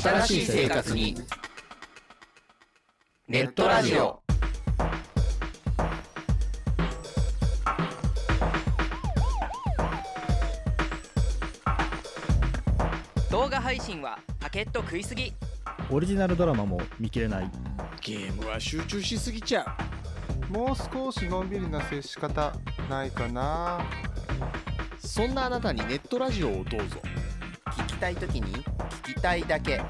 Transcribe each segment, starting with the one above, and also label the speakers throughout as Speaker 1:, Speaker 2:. Speaker 1: 新しい生活にネットラジオ
Speaker 2: 動画配信はパケット食いすぎ
Speaker 3: オリジナルドラマも見切れない
Speaker 4: ゲームは集中しすぎちゃう
Speaker 5: もう少しのんびりな接し方ないかな
Speaker 4: そんなあなたにネットラジオをどうぞ
Speaker 1: 聞きたいときに聞きたいだけ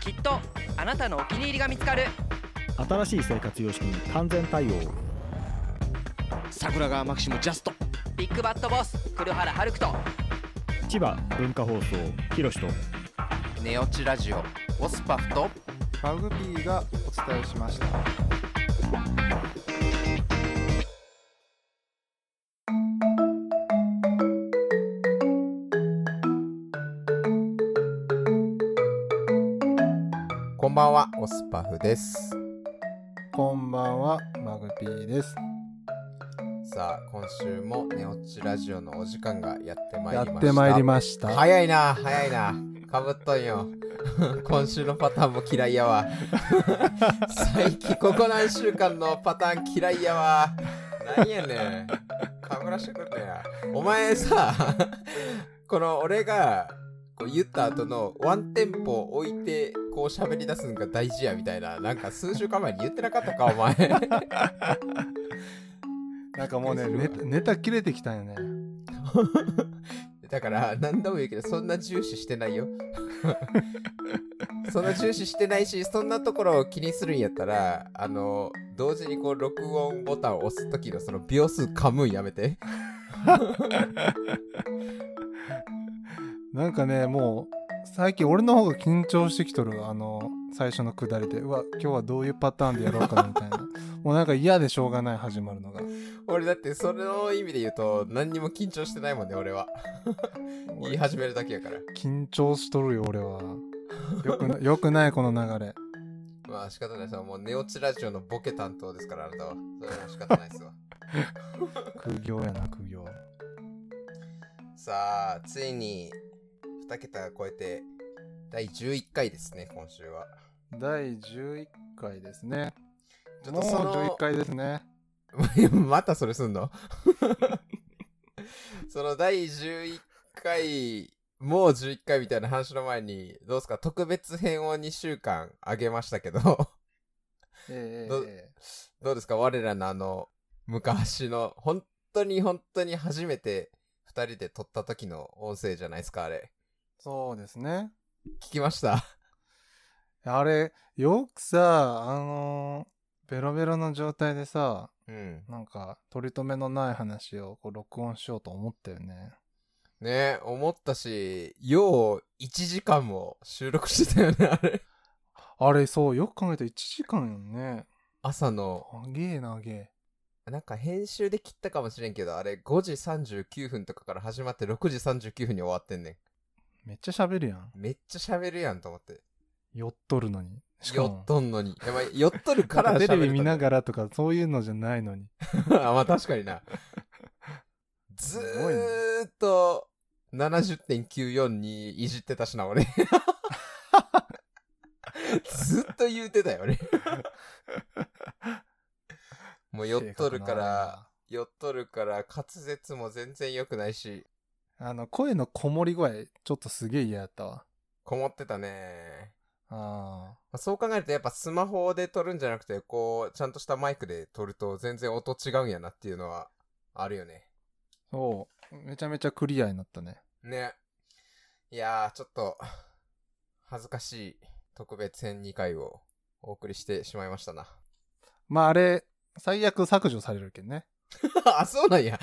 Speaker 2: きっとあなたのお気に入りが見つかる
Speaker 3: 新しい生活様式に完全対応
Speaker 4: 桜川マキシムジャスト
Speaker 2: ビッグバットボス黒原遥人
Speaker 3: 千葉文化放送ひろしと
Speaker 1: ネオチラジオオスパフと
Speaker 5: マグピーがお伝えしました
Speaker 6: こんばんは、オスパフです。
Speaker 5: こんばんはマグピーです
Speaker 6: さあ、今週もネオチラジオのお時間がやってまいりま
Speaker 5: や
Speaker 6: した。
Speaker 5: ってまいりました
Speaker 6: 早いな、早いな。かぶっとんよ。 今週のパターンも嫌いやわ。最近、ここ何週間のパターン嫌いやわ。なんやねん。かぶらしてくんなや。お前さ、この俺が、こう言った後のワンテンポ置いてこう喋り出すのが大事やみたいななんか数週間前に言ってなかったかお前
Speaker 5: なんかもうねネタネタ切れてきたよね
Speaker 6: だから何度も言うけどそんな重視してない よそんな重視してないしそんなところを気にするんやったらあの同時にこう録音ボタンを押す時のその秒数噛むんやめて
Speaker 5: なんかねもう最近俺の方が緊張してきとるあの最初のくだりでうわ今日はどういうパターンでやろうかなみたい なもうなんか嫌でしょうがない始まるのが
Speaker 6: 俺だってその意味で言うと何にも緊張してないもんね俺は言い始めるだけやから
Speaker 5: 緊張しとるよ俺はよくな よくないこの流れ
Speaker 6: まあ仕方ないさもうネオチラジオのボケ担当ですからあなたはそれはもう仕方ない ですわ
Speaker 5: 苦行やな苦行
Speaker 6: さあついに2桁超えて第11回ですね今週は
Speaker 5: 第11回ですね
Speaker 6: ちょっ
Speaker 5: もう
Speaker 6: とその
Speaker 5: 11回ですね
Speaker 6: またそれすんの その第11回、もう11回みたいな話の前に、どうすか特別編を2週間あげましたけど、
Speaker 5: え
Speaker 6: ど
Speaker 5: え
Speaker 6: どうですか我らのあの、昔の、本当に本当に初めて2人で撮った時の音声じゃないですかあれ。
Speaker 5: そうですね
Speaker 6: 聞きました。
Speaker 5: あれよくさあのベロベロの状態でさ
Speaker 6: うん。
Speaker 5: なんか取り留めのない話をこう録音しようと思ったよね
Speaker 6: ね思ったし、よう1時間も収録してたよね、あれ。
Speaker 5: あれそうよく考えたら1時間よね
Speaker 6: 朝の
Speaker 5: 長え長え
Speaker 6: なんか編集で切ったかもしれんけど、あれ5時39分とかから始まって6時39分に終わってんね
Speaker 5: めっちゃ喋るやん
Speaker 6: ん。めっちゃ喋るやんと思って。
Speaker 5: 酔っとるのにしか
Speaker 6: 酔
Speaker 5: も
Speaker 6: っとんのに。やばい、酔っとる
Speaker 5: な
Speaker 6: か
Speaker 5: んからテレビ見な
Speaker 6: ら
Speaker 5: がらとかそういうのじゃないのに。
Speaker 6: あ、まあ確かにな。ず
Speaker 5: ごいね
Speaker 6: ーっと70.94にいじってたしな、俺。ずっと言うてたよ、 俺。もう酔っとるから、酔っとるから滑舌も全然良くないし。
Speaker 5: あの声のこもり声ちょっとすげえ嫌やったわ
Speaker 6: こもってたね。
Speaker 5: あ
Speaker 6: まあそう考えるとやっぱスマホで撮るんじゃなくて、こう、ちゃんとしたマイクで撮ると全然音違うんやなっていうのはあるよね。
Speaker 5: ーそうめちゃめちゃクリアになったね
Speaker 6: ね。いやー、ちょっと、恥ずかしい特別編2回をお送りしてしまいましたな。
Speaker 5: まああれ最悪削除されるけんね
Speaker 6: あ、そうなんや。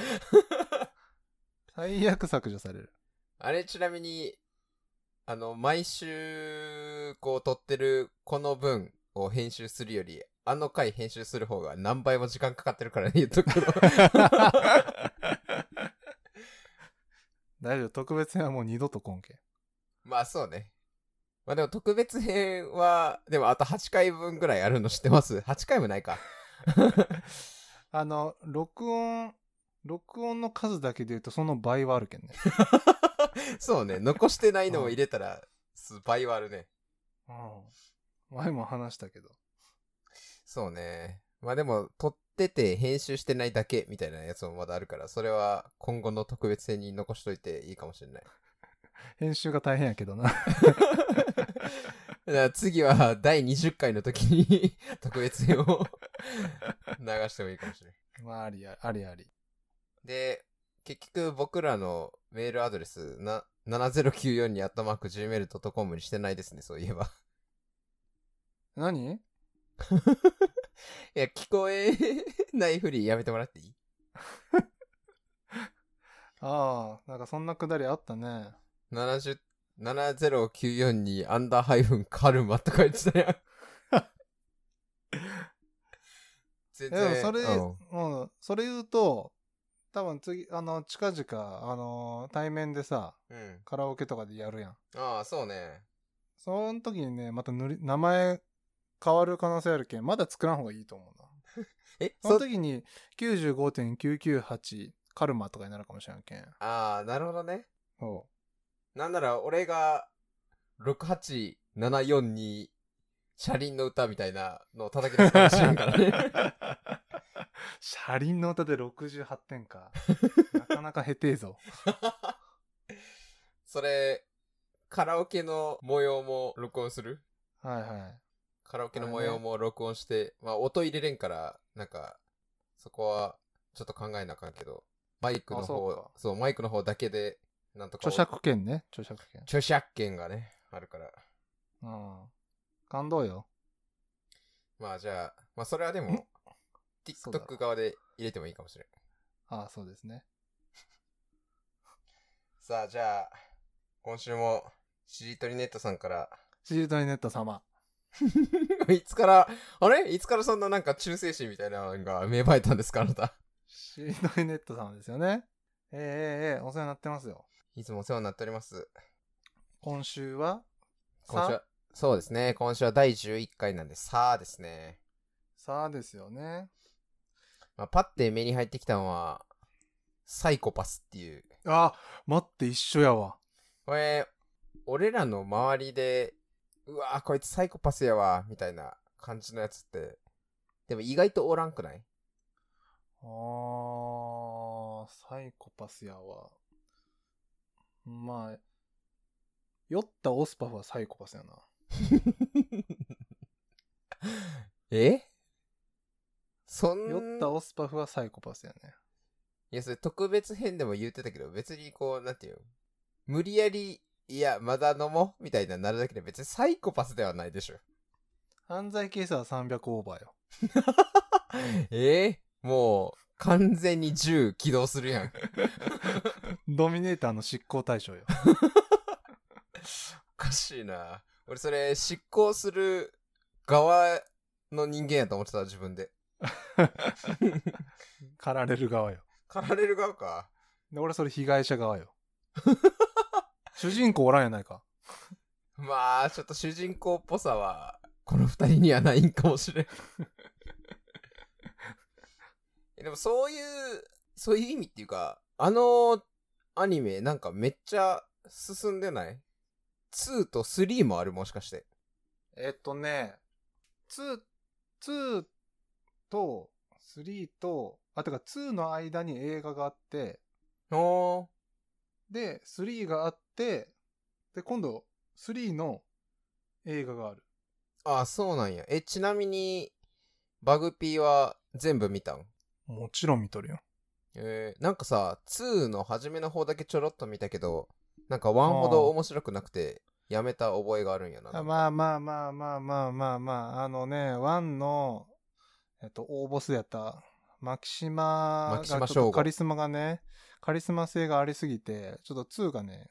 Speaker 5: 最悪削除され る
Speaker 6: あれちなみに、あの、毎週、こう撮ってるこの分を編集するより、あの回編集する方が何倍も時間かかってるからね、言っとくけど。
Speaker 5: 大丈夫特別編はもう二度とこんけん
Speaker 6: まあそうね。まあでも特別編は、でもあと8回分ぐらいあるの知ってます ?8 回もないか。
Speaker 5: あの録音録音の数だけで言うとその倍はあるけんね
Speaker 6: そうね、残してないのも入れたら、す倍はあるね。
Speaker 5: うん。前も話したけど。
Speaker 6: そうね。まあでも、撮ってて編集してないだけみたいなやつもまだあるから、それは今後の特別編に残しといていいかもしれない。
Speaker 5: 編集が大変やけどな。
Speaker 6: だから次は第20回の時に 特別編を 流してもいいかもしれない。
Speaker 5: まあ、ありあり、ありあり。
Speaker 6: で、結局僕らのメールアドレスな、7094にアットマーク gmail.com にしてないですね、そういえば。
Speaker 5: 何
Speaker 6: いや、聞こえないふりやめてもらっていい
Speaker 5: ああ、なんかそんなくだりあったね。
Speaker 6: 70 ?7094 にアンダーハイフンカルマって書いてた やん。全
Speaker 5: いやでもそれ、
Speaker 6: うん
Speaker 5: もう、それ言うと、多分次、あの、近々、あのー対面でさ、
Speaker 6: うん。
Speaker 5: カラオケとかでやるやん。
Speaker 6: ああ、そうね。
Speaker 5: その時にね、また塗り、名前変わる可能性あるけん、まだ作らん方がいいと思うな。
Speaker 6: え、
Speaker 5: その時に、95.998カルマとかになるかもしれんけん。
Speaker 6: ああ、なるほどね。
Speaker 5: そ
Speaker 6: なんなら俺が68742に車輪の歌みたいなのを叩き出すかもしれんからね。
Speaker 5: う。 車輪の歌で68 点か。なかなかへてえぞ。
Speaker 6: それ、カラオケの模様も録音する
Speaker 5: はいはい。
Speaker 6: カラオケの模様も録音して、まあ音入れれんから、なんか、そこはちょっと考えなあかんけど、マイクの
Speaker 5: あそう
Speaker 6: 方、
Speaker 5: か
Speaker 6: そうマイクの方だけで、なんとか。
Speaker 5: 著作権ね、著作権。
Speaker 6: 著作権がね、あるから。
Speaker 5: うん。感動よ。
Speaker 6: まあじゃあ、まあそれはでも、
Speaker 5: そうだろ
Speaker 6: TikTok 側で入れてもいいかもしれん。
Speaker 5: ああ、そうですね。
Speaker 6: さあ、じゃあ、今週も、しりとりネットさんから、
Speaker 5: シートリネット様。
Speaker 6: いつから、あれいつからそんななんか忠誠心みたいなのが芽生えたんですかあなた。
Speaker 5: シートリネット様ですよね。ええええええお世話になってますよ。
Speaker 6: いつもお世話になっております。
Speaker 5: 今週は、
Speaker 6: 今週
Speaker 5: さ
Speaker 6: は、そうですね。今週は第11回なんで、さあですね。
Speaker 5: さあですよね。
Speaker 6: まあ、パッて目に入ってきたのは、サイコパスっていう。
Speaker 5: あ、待って一緒やわ。
Speaker 6: これ、俺らの周りで、うわーこいつサイコパスやわ、みたいな感じのやつって、でも意外とおらんくない
Speaker 5: あー、サイコパスやわ。まあ、酔ったオスパフはサイコパスやな。
Speaker 6: えそ
Speaker 5: 酔
Speaker 6: ん
Speaker 5: ったオスパフはサイコパスやね。
Speaker 6: いや、それ特別編でも言ってたけど、別にこう、なんていうの無理やり、いや、まだ飲もうみたいななるだけで別にサイコパスではないでしょ。
Speaker 5: 犯罪係数は300オーバーよ。
Speaker 6: えーもう、完全に銃起動するやん。
Speaker 5: ドミネーターの執行対 象よ。
Speaker 6: おかしいな。俺それ、執行する側の人間やと思ってた、自分で。
Speaker 5: 狩られる側よ。
Speaker 6: 狩られる側か。
Speaker 5: で、俺それ被害者側 よ。主人公おらんやないか。
Speaker 6: まあ、ちょっと主人公っぽさは、この二人にはないんかもしれん。い やでもそういう、そういう意味っていうか、あのアニメなんかめっちゃ進んでない ?2 と3もあるもしかして。
Speaker 5: えっとね、2、2と3と、あ、てか2の間に映画があって、
Speaker 6: お
Speaker 5: で、3があって、で、今度、3の映画がある。
Speaker 6: ー。ああ、そうなんや。え、ちなみに、バグピーは全部見たん
Speaker 5: もちろん見とるよ。
Speaker 6: えー、なんかさ、2の初めの方だけちょろっと見たけど、なんか1ほど面白くなくて、やめた覚えがあるんやな。
Speaker 5: まあまあまあまあまあまあまあ、あのね、1の、えっと、大ボスやった、マキシマ
Speaker 6: マキ
Speaker 5: がち
Speaker 6: シ
Speaker 5: ょ
Speaker 6: マ
Speaker 5: っ
Speaker 6: ショウゴ
Speaker 5: とカリスマがね、カリスマ性がありすぎて、ちょっと2がね、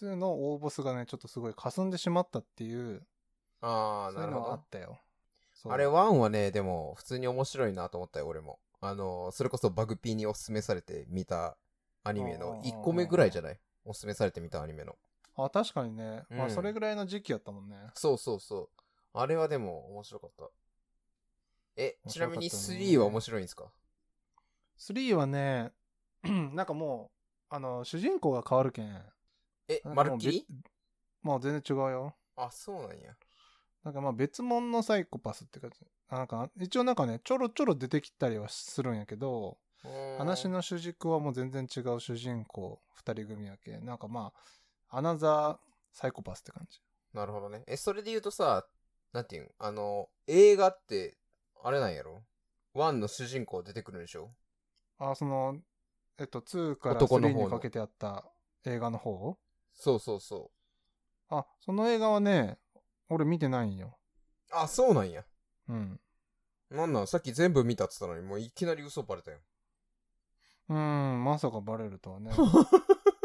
Speaker 5: 2の大ボスがね、ちょっとすごい霞んでしまったっていう、
Speaker 6: ああ、
Speaker 5: そうい
Speaker 6: な
Speaker 5: う
Speaker 6: る
Speaker 5: の
Speaker 6: ほ
Speaker 5: はあ
Speaker 6: ど
Speaker 5: っ。たよ。そう
Speaker 6: あれ、ワンはね、でも、普通に面白いなと思ったよ、俺も。あのー、それこそバグピーにおすすめされて見たアニメの
Speaker 5: あー
Speaker 6: 1個目ぐらいじゃないおすすめされて見たアニメの。
Speaker 5: あ、確かにね、ま
Speaker 6: う
Speaker 5: あ、
Speaker 6: ん
Speaker 5: それぐらいの時期やったもんね。
Speaker 6: そうそうそう。あれはでも、面白かった。え、
Speaker 5: 面
Speaker 6: ちな
Speaker 5: 白かっ
Speaker 6: み
Speaker 5: たね
Speaker 6: に3は面白いんですか
Speaker 5: 3はね、 なんかもう、あの、主人公が変わるけん、
Speaker 6: え、
Speaker 5: なん
Speaker 6: ま
Speaker 5: か
Speaker 6: る
Speaker 5: もう
Speaker 6: っきり
Speaker 5: べもう全然違うよ。
Speaker 6: あ、そうなんや。
Speaker 5: なんかまあ別物のサイコパスって感じ。なんか、一応なんかね、ちょろちょろ出てきたりはするんやけど、
Speaker 6: うーん
Speaker 5: 話。の主軸はもう全然違う主人公二人組やけ。なんかまあ、アナザーサイコパスって感じ。
Speaker 6: なるほどね。え、それで言うとさ、なんていうんあの、映画って、あれなんやろワンの主人公出てくるんでしょ
Speaker 5: あ、その、えっと、2から
Speaker 6: 男の方
Speaker 5: 3
Speaker 6: の
Speaker 5: にかけてあった映画の方
Speaker 6: そうそうそ
Speaker 5: あ、その映画はね、俺見てないんよ。
Speaker 6: う。あ、そうなんや。
Speaker 5: うん。
Speaker 6: なんなんさっき全部見たって言ったのに、もういきなり嘘バレたよ。
Speaker 5: うーん、まさかバレるとはね。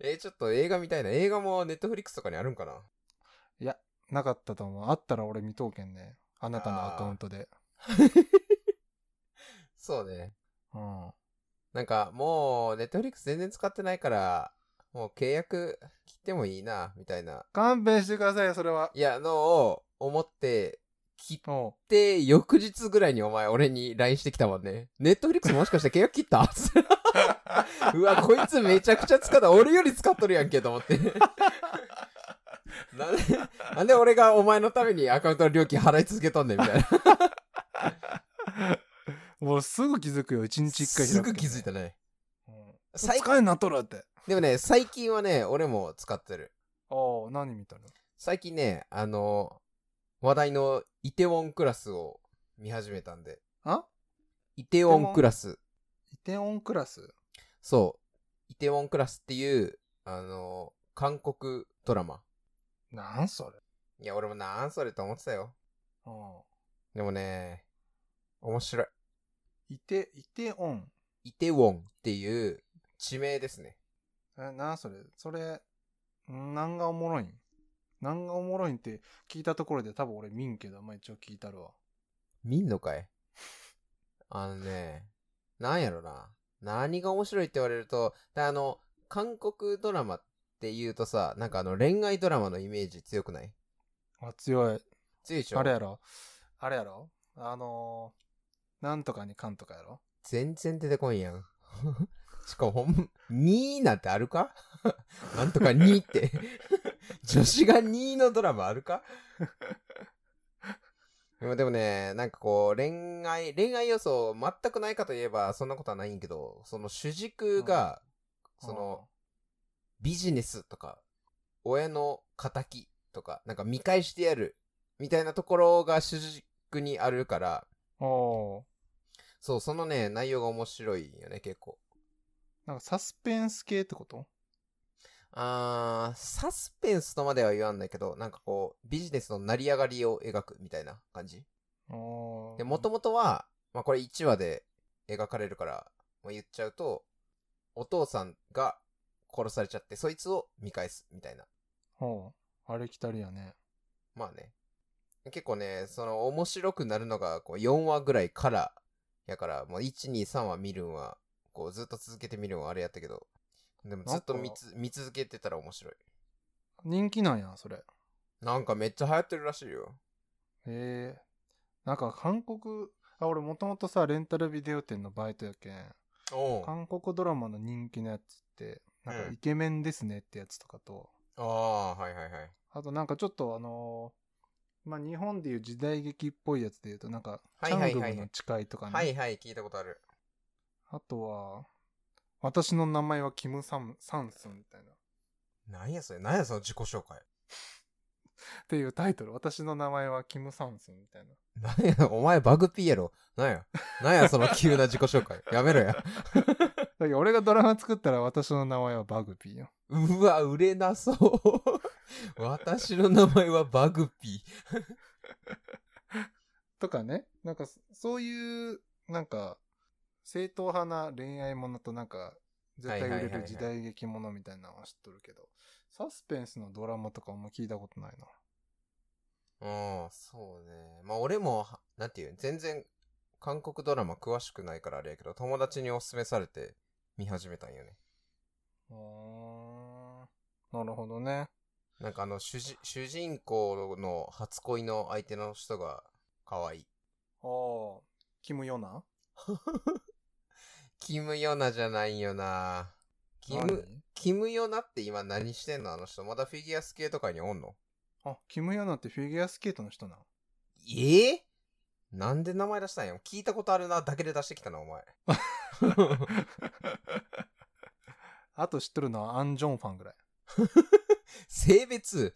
Speaker 6: えーちょっと映画みたいな。映画もネットフリックスとかにあるんかな
Speaker 5: なかったと思う。あったら俺見とうけんね。あなたのアカウントで。
Speaker 6: そうね。
Speaker 5: うん。
Speaker 6: なんか、もう、ネットフリックス全然使ってないから、もう契約切ってもいいな、みたいな。
Speaker 5: 勘弁してくださいよ、それは。
Speaker 6: いや、のを思って、切っ
Speaker 5: おう
Speaker 6: て、翌日ぐらいにお前俺に LINE してきたもんね。ネットフリックスもしかして契約切った うわ、こいつめちゃくちゃ使った。俺より使っとるやんけ、と思って。 なんで、なんで俺がお前のためにアカウントの料金払い続けとんねん、みたいな。
Speaker 5: 俺すぐ気づくよ、一日一回開
Speaker 6: すぐ
Speaker 5: くけんね、
Speaker 6: 気づいたね。
Speaker 5: うん。
Speaker 6: 最
Speaker 5: 使えんなっとるって。
Speaker 6: でもね、最近はね、俺も使ってる。
Speaker 5: おう何見たの
Speaker 6: 最近ね、あの、話題のイテウォンクラスを見始めたんで。
Speaker 5: あ
Speaker 6: イテウォンクラス。
Speaker 5: イテオンクラス
Speaker 6: そう。イテウォンクラスっていう、あの、韓国ドラマ。
Speaker 5: なんそれ。
Speaker 6: いや、俺もなんそれと思ってたよ。
Speaker 5: うん。
Speaker 6: でもね、面白い。
Speaker 5: イテ、イテオン。
Speaker 6: イテウォンっていう地名ですね。
Speaker 5: え、なんそれ。それ、んなんがおもろいんなんがおもろいんって聞いたところで多分俺見んけど、まあ一応聞いたるわ。
Speaker 6: 見んのかいあのね、なんやろな。何が面白いって言われると、であの、韓国ドラマって言うとさ、なんかあの恋愛ドラマのイメージ強くない
Speaker 5: あ、強い。
Speaker 6: 強いでしょ
Speaker 5: あれやろあれやろあのー、なんとかにかんとかやろ
Speaker 6: 全然出てこんやん。 しかもほん、2なんてあるか なんとか2って。 女子が2のドラマあるか でもでもね、なんかこう、恋愛、恋愛要素全くないかといえばそんなことはないんけど、その主軸が、その、ビジネスとか、親の仇とか、なんか見返してやる、みたいなところが主軸にあるから、
Speaker 5: うん。おー
Speaker 6: そう、そのね、内容が面白いよね、結構。
Speaker 5: なんかサスペンス系ってこと
Speaker 6: あー、サスペンスとまでは言わんないけど、なんかこう、ビジネスの成り上がりを描くみたいな感じ。
Speaker 5: おー
Speaker 6: で、もともとは、まあこれ1話で描かれるから、まあ、言っちゃうと、お父さんが殺されちゃって、そいつを見返すみたいな。
Speaker 5: ほう。あれ来たりやね。
Speaker 6: まあね。結構ね、その面白くなるのがこう4話ぐらいから、やから、もう1、2、3話見るんは、こうずっと続けて見るんはあれやったけど、でもずっと見つ見続けてたら面白い。
Speaker 5: 人気なんや、それ。
Speaker 6: なんかめっちゃ流行ってるらしいよ。
Speaker 5: ええなんか韓国、あ、俺もともとさ、レンタルビデオ店のバイトやけん、
Speaker 6: おう
Speaker 5: 韓国ドラマの人気のやつって、なんか
Speaker 6: うん
Speaker 5: イケメンですねってやつとかと、
Speaker 6: ああ、はいはいはい。
Speaker 5: あとなんかちょっとあのーまあ、日本でいう時代劇っぽいやつで言うと、なんか、
Speaker 6: は
Speaker 5: チ
Speaker 6: い
Speaker 5: ャ
Speaker 6: はいはいはい
Speaker 5: ングルの誓いとかね。
Speaker 6: はいはい、聞いたことある。
Speaker 5: あとは、私の名前はキム・サム、サンスンみたいな。っ
Speaker 6: なんやそれ、なんやその自己紹介。
Speaker 5: ていうタイトル。私の名前はキム・サンスンみたいな。
Speaker 6: なんや、お前バグピーやろ。なんや、なんやその急な自己紹 介。やめろや。
Speaker 5: だけど俺がドラマ作ったら私の名前はバグピーよ。
Speaker 6: うわ、売れなそう。私の名前はバグピ
Speaker 5: とかね、なんかそそういう、なんか、正統派な恋愛ものとなんか、絶対売
Speaker 6: はい
Speaker 5: れ
Speaker 6: はいはい
Speaker 5: る
Speaker 6: はい
Speaker 5: 時代劇ものみたいなのは知っとるけど、サスペンスのドラマとかも聞いたことないな。
Speaker 6: ー。うん、そうね。まあ俺も、はなんていう、全然韓国ドラマ詳しくないからあれやけど、友達におすすめされて見始めたんよね。
Speaker 5: うーん。なるほどね。
Speaker 6: なんかあの主人、主人公の初恋の相手の人が可愛い。
Speaker 5: ああ。キム・ヨナ
Speaker 6: キムヨナじゃないよな。キム、
Speaker 5: 何
Speaker 6: キムヨナって今何してんのあの人。まだフィギュアスケート界におんの
Speaker 5: あ、キムヤナってフィギュアスケートの人なの
Speaker 6: ええなんで名前出したんや聞いたことあるなだけで出してきたな、お前。
Speaker 5: あと知っとるのはアン・ジョンファンぐらい。
Speaker 6: 性別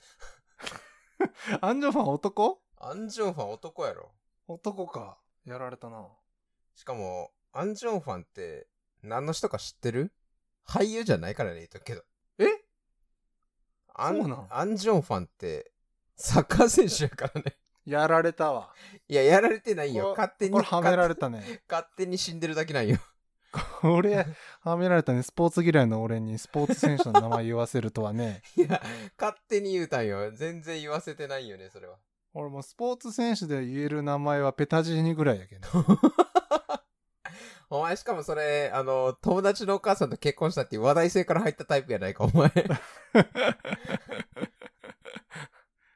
Speaker 5: アン・ジョンファン男
Speaker 6: アンジョンファン男やろ。
Speaker 5: 男か。やられたな。
Speaker 6: しかも、アンジョンファンって何の人か知ってる俳優じゃないからね、言っとくけど。
Speaker 5: え
Speaker 6: ア
Speaker 5: そうなん
Speaker 6: ンアンジョンファンってサッカー選手やからね。
Speaker 5: やられたわ。
Speaker 6: いや、やられてない
Speaker 5: こ
Speaker 6: よ。
Speaker 5: れ
Speaker 6: 勝手に。
Speaker 5: これはめられ
Speaker 6: 勝
Speaker 5: たね。
Speaker 6: 手勝手に死んでるだけなんよ。
Speaker 5: これ、はめられたね。スポーツ嫌いの俺にスポーツ選手の名前言わせるとはね。
Speaker 6: いや、勝手に言うたんよ。全然言わせてないよね、それは。
Speaker 5: 俺もスポーツ選手で言える名前はペタジーニぐらいやけど。
Speaker 6: お前しかもそれ、あの、友達のお母さんと結婚したっていう話題性から入ったタイプやないか、お 前。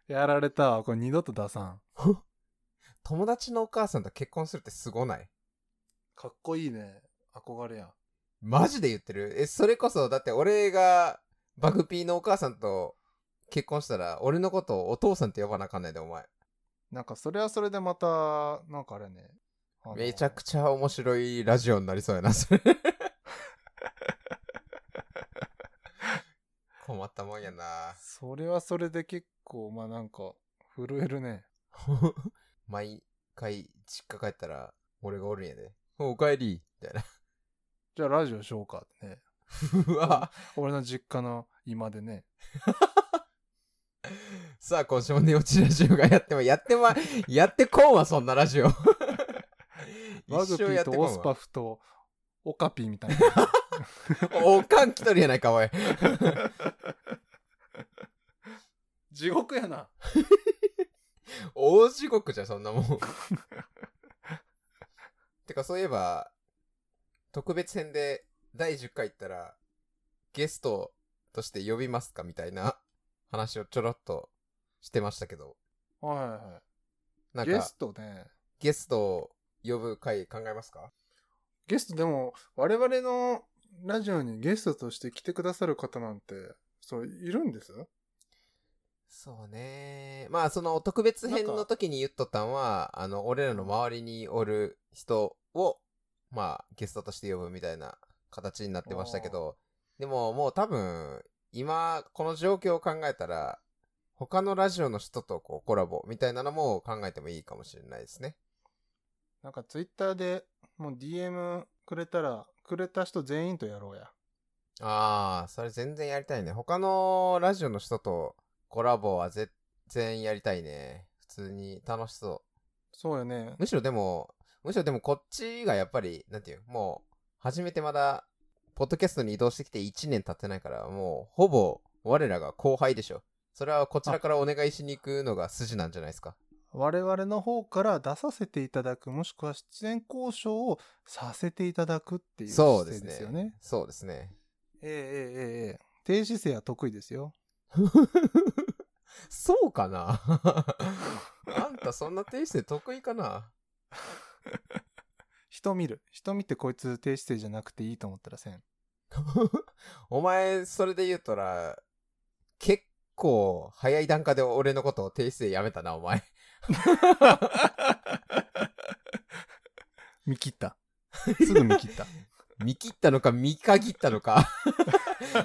Speaker 5: やられたわ。これ二度と出さん。
Speaker 6: 友達のお母さんと結婚するってすごない
Speaker 5: かっこいいね。憧れや。
Speaker 6: マジで言ってるえ、それこそ、だって俺が、バグピーのお母さんと結婚したら、俺のことをお父さんって呼ばなあかんないで、お前。
Speaker 5: なんかそれはそれでまた、なんかあれね。あの
Speaker 6: めちゃくちゃ面白いラジオになりそうやな、 それ。困ったもんやな。
Speaker 5: それはそれで結構、まあなんか、震えるね。
Speaker 6: 毎回、実家帰ったら、俺がおるんやで。おかえり、みたいな。
Speaker 5: じゃあラジオしようかってね。
Speaker 6: うわ。
Speaker 5: 俺の実家の今でね。
Speaker 6: さあ、今週も寝落ちラジオがやっても、やってま、やってこんわ、そんなラ ジオ。
Speaker 5: ワグ
Speaker 6: 一
Speaker 5: ピ
Speaker 6: 生や
Speaker 5: ー
Speaker 6: っ
Speaker 5: と
Speaker 6: てこんわ
Speaker 5: オスパフとオカピーみたいな。
Speaker 6: おかん来とるやないか、おい。
Speaker 5: 地獄やな。
Speaker 6: 大地獄じゃん、そんな もん。てか、そういえば、特別編で第10回行ったら、ゲストとして呼びますかみたいな話をちょろっとしてましたけど、
Speaker 5: はいは
Speaker 6: なん
Speaker 5: いはい。ゲ
Speaker 6: か
Speaker 5: ス、トね。
Speaker 6: ゲストを呼ぶ回考えますか
Speaker 5: ゲストでも、我々のラジオにゲストとして来てくださる方なんて、そう、いるんです
Speaker 6: そうねまあ、その特別編の時に言っとったんは、あの、俺らの周りにおる人を、まあ、ゲストとして呼ぶみたいな形になってましたけど、でももう多分、今、この状況を考えたら、他のラジオの人とこうコラボみたいなのも考えてもいいかもしれないですね。
Speaker 5: なんかツイッターでもう DM くれたら、くれた人全員とやろうや。
Speaker 6: ああ、それ全然やりたいね。他のラジオの人とコラボは絶然やりたいね。普通に楽しそう。
Speaker 5: そうよね。
Speaker 6: むしろでも、むしろでもこっちがやっぱり、なんていう、もう、初めてまだ、ポッドキャストに移動してきて1年経ってないから、もう、ほぼ、我らが後輩でしょ。それはこちらからお願いしに行くのが筋なんじゃないですか。
Speaker 5: 我々の方から出させていただく、もしくは出演交渉をさせていただくっていう
Speaker 6: そう
Speaker 5: 姿
Speaker 6: で
Speaker 5: 勢
Speaker 6: す
Speaker 5: ですよ
Speaker 6: ね
Speaker 5: ね。。
Speaker 6: そうですね。
Speaker 5: ええええええ低姿勢は得意ですよ。
Speaker 6: そうかなあんたそんな低姿勢得意かな
Speaker 5: 人見る。人見てこいつ低姿勢じゃなくていいと思ったらせん。
Speaker 6: お前、それで言うとら、結構、早い段階で俺のことを低姿勢やめたな、お前。
Speaker 5: 見切 った。すぐ見切った。
Speaker 6: 見切ったのか見限ったの か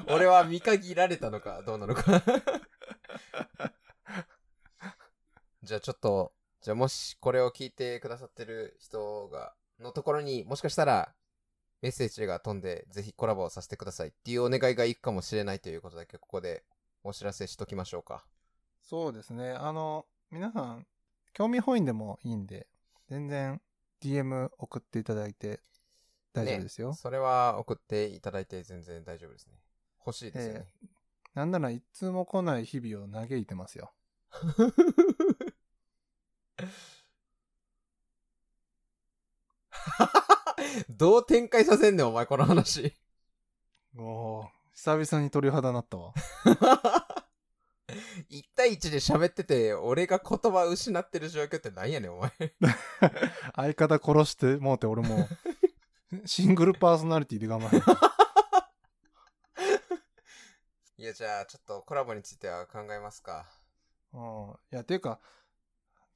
Speaker 6: 俺は見限られたのかどうなのかじゃあちょっとじゃあもしこれを聞いてくださってる人がのところにもしかしたらメッセージが飛んでぜひコラボをさせてくださいっていうお願いがいくかもしれないということだけここでお知らせしときましょうか
Speaker 5: そうですね。あの、皆さん、興味本位でもいいんで、全然 DM 送っていただいて大丈夫ですよ。
Speaker 6: ねそれは送っていただいて全然大丈夫ですね欲しいですよね、
Speaker 5: なんなら一通も来ない日々を嘆いてますよ。
Speaker 6: どう展開させんねんお前この話
Speaker 5: おー久々に鳥肌な ったわ。
Speaker 6: 1対1で喋ってて、俺が言葉失ってる状況ってなんやねん、お前。
Speaker 5: 相方殺してもうて俺 もう、シングルパーソナリティで頑張る。
Speaker 6: いや、じゃあ、ちょっとコラボについては考えますか。
Speaker 5: うん。いや、ていうか、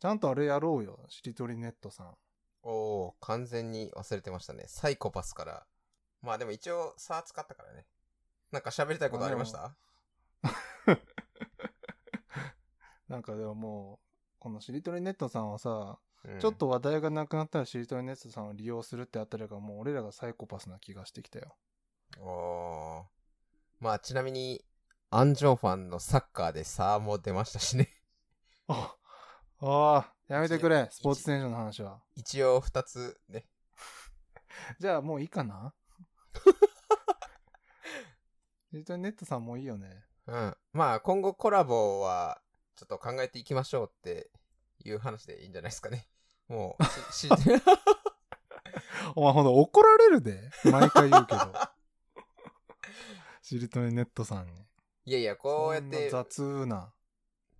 Speaker 5: ちゃんとあれやろうよ。しりとりネットさん。
Speaker 6: おー、完全に忘れてましたね。サイコパスから。まあでも一応、さあ使ったからね。なんか喋りたいことありました
Speaker 5: なんかでももう、このしりとりネットさんはさ、
Speaker 6: うん
Speaker 5: ちょっと話題がなくなったらしりとりネットさんを利用するってあたりがもう俺らがサイコパスな気がしてきた よ。
Speaker 6: おー。まあちなみに、アンジョンファンのサッカーでサーも出ましたしね。
Speaker 5: あ、ああ、やめてくれ、スポーツ選手の話は。
Speaker 6: 一応二つね。
Speaker 5: じゃあもういいか なしりとりネットさんもういいよね。
Speaker 6: うん。まあ今後コラボは、ちょっと考えていきましょうっていう話でいいんじゃないですかね。もう、 し、し
Speaker 5: お前ほんと怒られるで。毎回言うけ ど。しりとりネットさんに。
Speaker 6: いやいや、こうやって
Speaker 5: そんな雑な。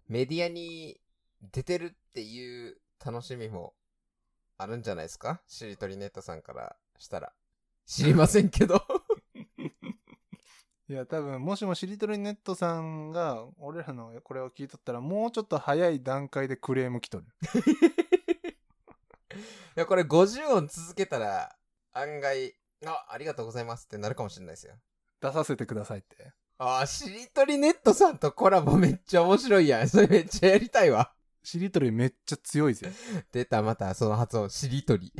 Speaker 6: メディアに出てるっていう楽しみもあるんじゃないですかしりとりネットさんからしたら。知りませんけ ど。
Speaker 5: いや、多分、もしもしりとりネットさんが、俺らのこれを聞いとったら、もうちょっと早い段階でクレーム来とる。
Speaker 6: いや、これ50音続けたら、案外、あ、ありがとうございますってなるかもしれないですよ。
Speaker 5: 出させてくださいって。
Speaker 6: あー、しりとりネットさんとコラボめっちゃ面白いやん。それめっちゃやりたいわ。
Speaker 5: しりとりめっちゃ強いぜ。
Speaker 6: 出た、またその発音、しりとり。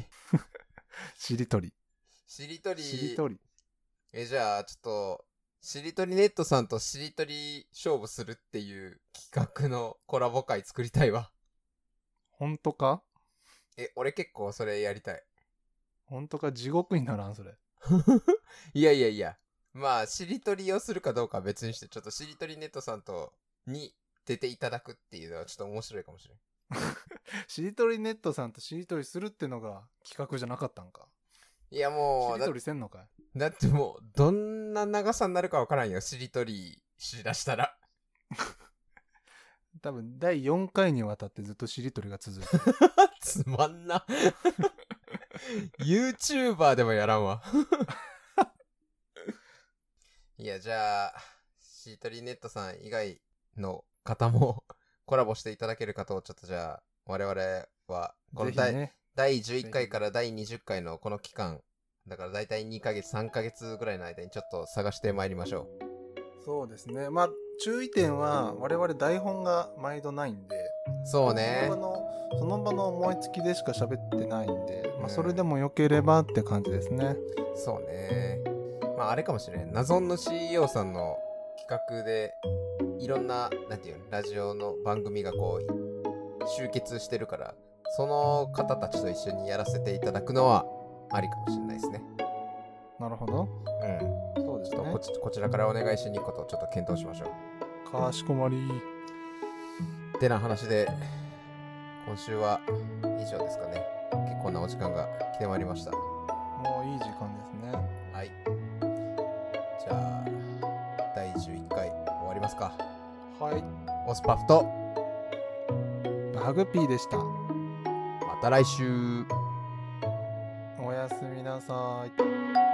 Speaker 5: しりとり。
Speaker 6: しりとり。
Speaker 5: しりとり。
Speaker 6: え、じゃあ、ちょっと、しりとりネットさんとしりとり勝負するっていう企画のコラボ会作りたいわ。
Speaker 5: ほんとか
Speaker 6: え、俺結構それやりたい。
Speaker 5: ほんとか地獄にならん、それ。
Speaker 6: いやいやいや。まあ、しりとりをするかどうかは別にして、ちょっとしりとりネットさんと、に出ていただくっていうのはちょっと面白いかもしれん。
Speaker 5: しりとりネットさんとしりとりするってのが企画じゃなかったんか。
Speaker 6: いやもう
Speaker 5: しり
Speaker 6: だ
Speaker 5: と、りせんのかい
Speaker 6: だってもう、どんな長さになるかわからん よ。しりとりしだしたら。
Speaker 5: 多分、第4回にわたってずっとしりとりが続いてる。
Speaker 6: つまんな。YouTuber でもやらんわ。 いや、じゃあ、シートリーネットさん以外の方もコラボしていただける方をちょっとじゃあ、我々は、この
Speaker 5: ぜひ
Speaker 6: 第,、
Speaker 5: ね。
Speaker 6: 第11回から第20回のこの期間、だから大体2ヶ月、3ヶ月ぐらいの間にちょっと探してまいりましょ
Speaker 5: そうですね。まあ、注意点は、我々台本が毎度ないんで、
Speaker 6: う。そうね
Speaker 5: その場。のその場の思いつきでしか喋ってないんで、
Speaker 6: う
Speaker 5: ま
Speaker 6: ん
Speaker 5: あ、それでも良ければって感じですね。
Speaker 6: そうね。まああれかもしれん。謎の CEO さんの企画で、いろんな、なんていうの、ラジオの番組がこう、集結してるから、その方たちと一緒にやらせていただくのは、ありかもしれないですね。
Speaker 5: なるほど。
Speaker 6: うん。
Speaker 5: そうで
Speaker 6: ち
Speaker 5: す
Speaker 6: ょっと
Speaker 5: ね
Speaker 6: こ。ち、こちらからお願いしに行くことをちょっと検討しましょ
Speaker 5: かしこまり。
Speaker 6: う。てな話で、今週は以上ですかね。結構なお時間が来てまいりました。
Speaker 5: もういい時間ですね。
Speaker 6: はい。じゃあ、第11回終わりますか。
Speaker 5: はい。
Speaker 6: オスパフと、
Speaker 5: バグピーでした。
Speaker 6: また来週
Speaker 5: おやすみなさい。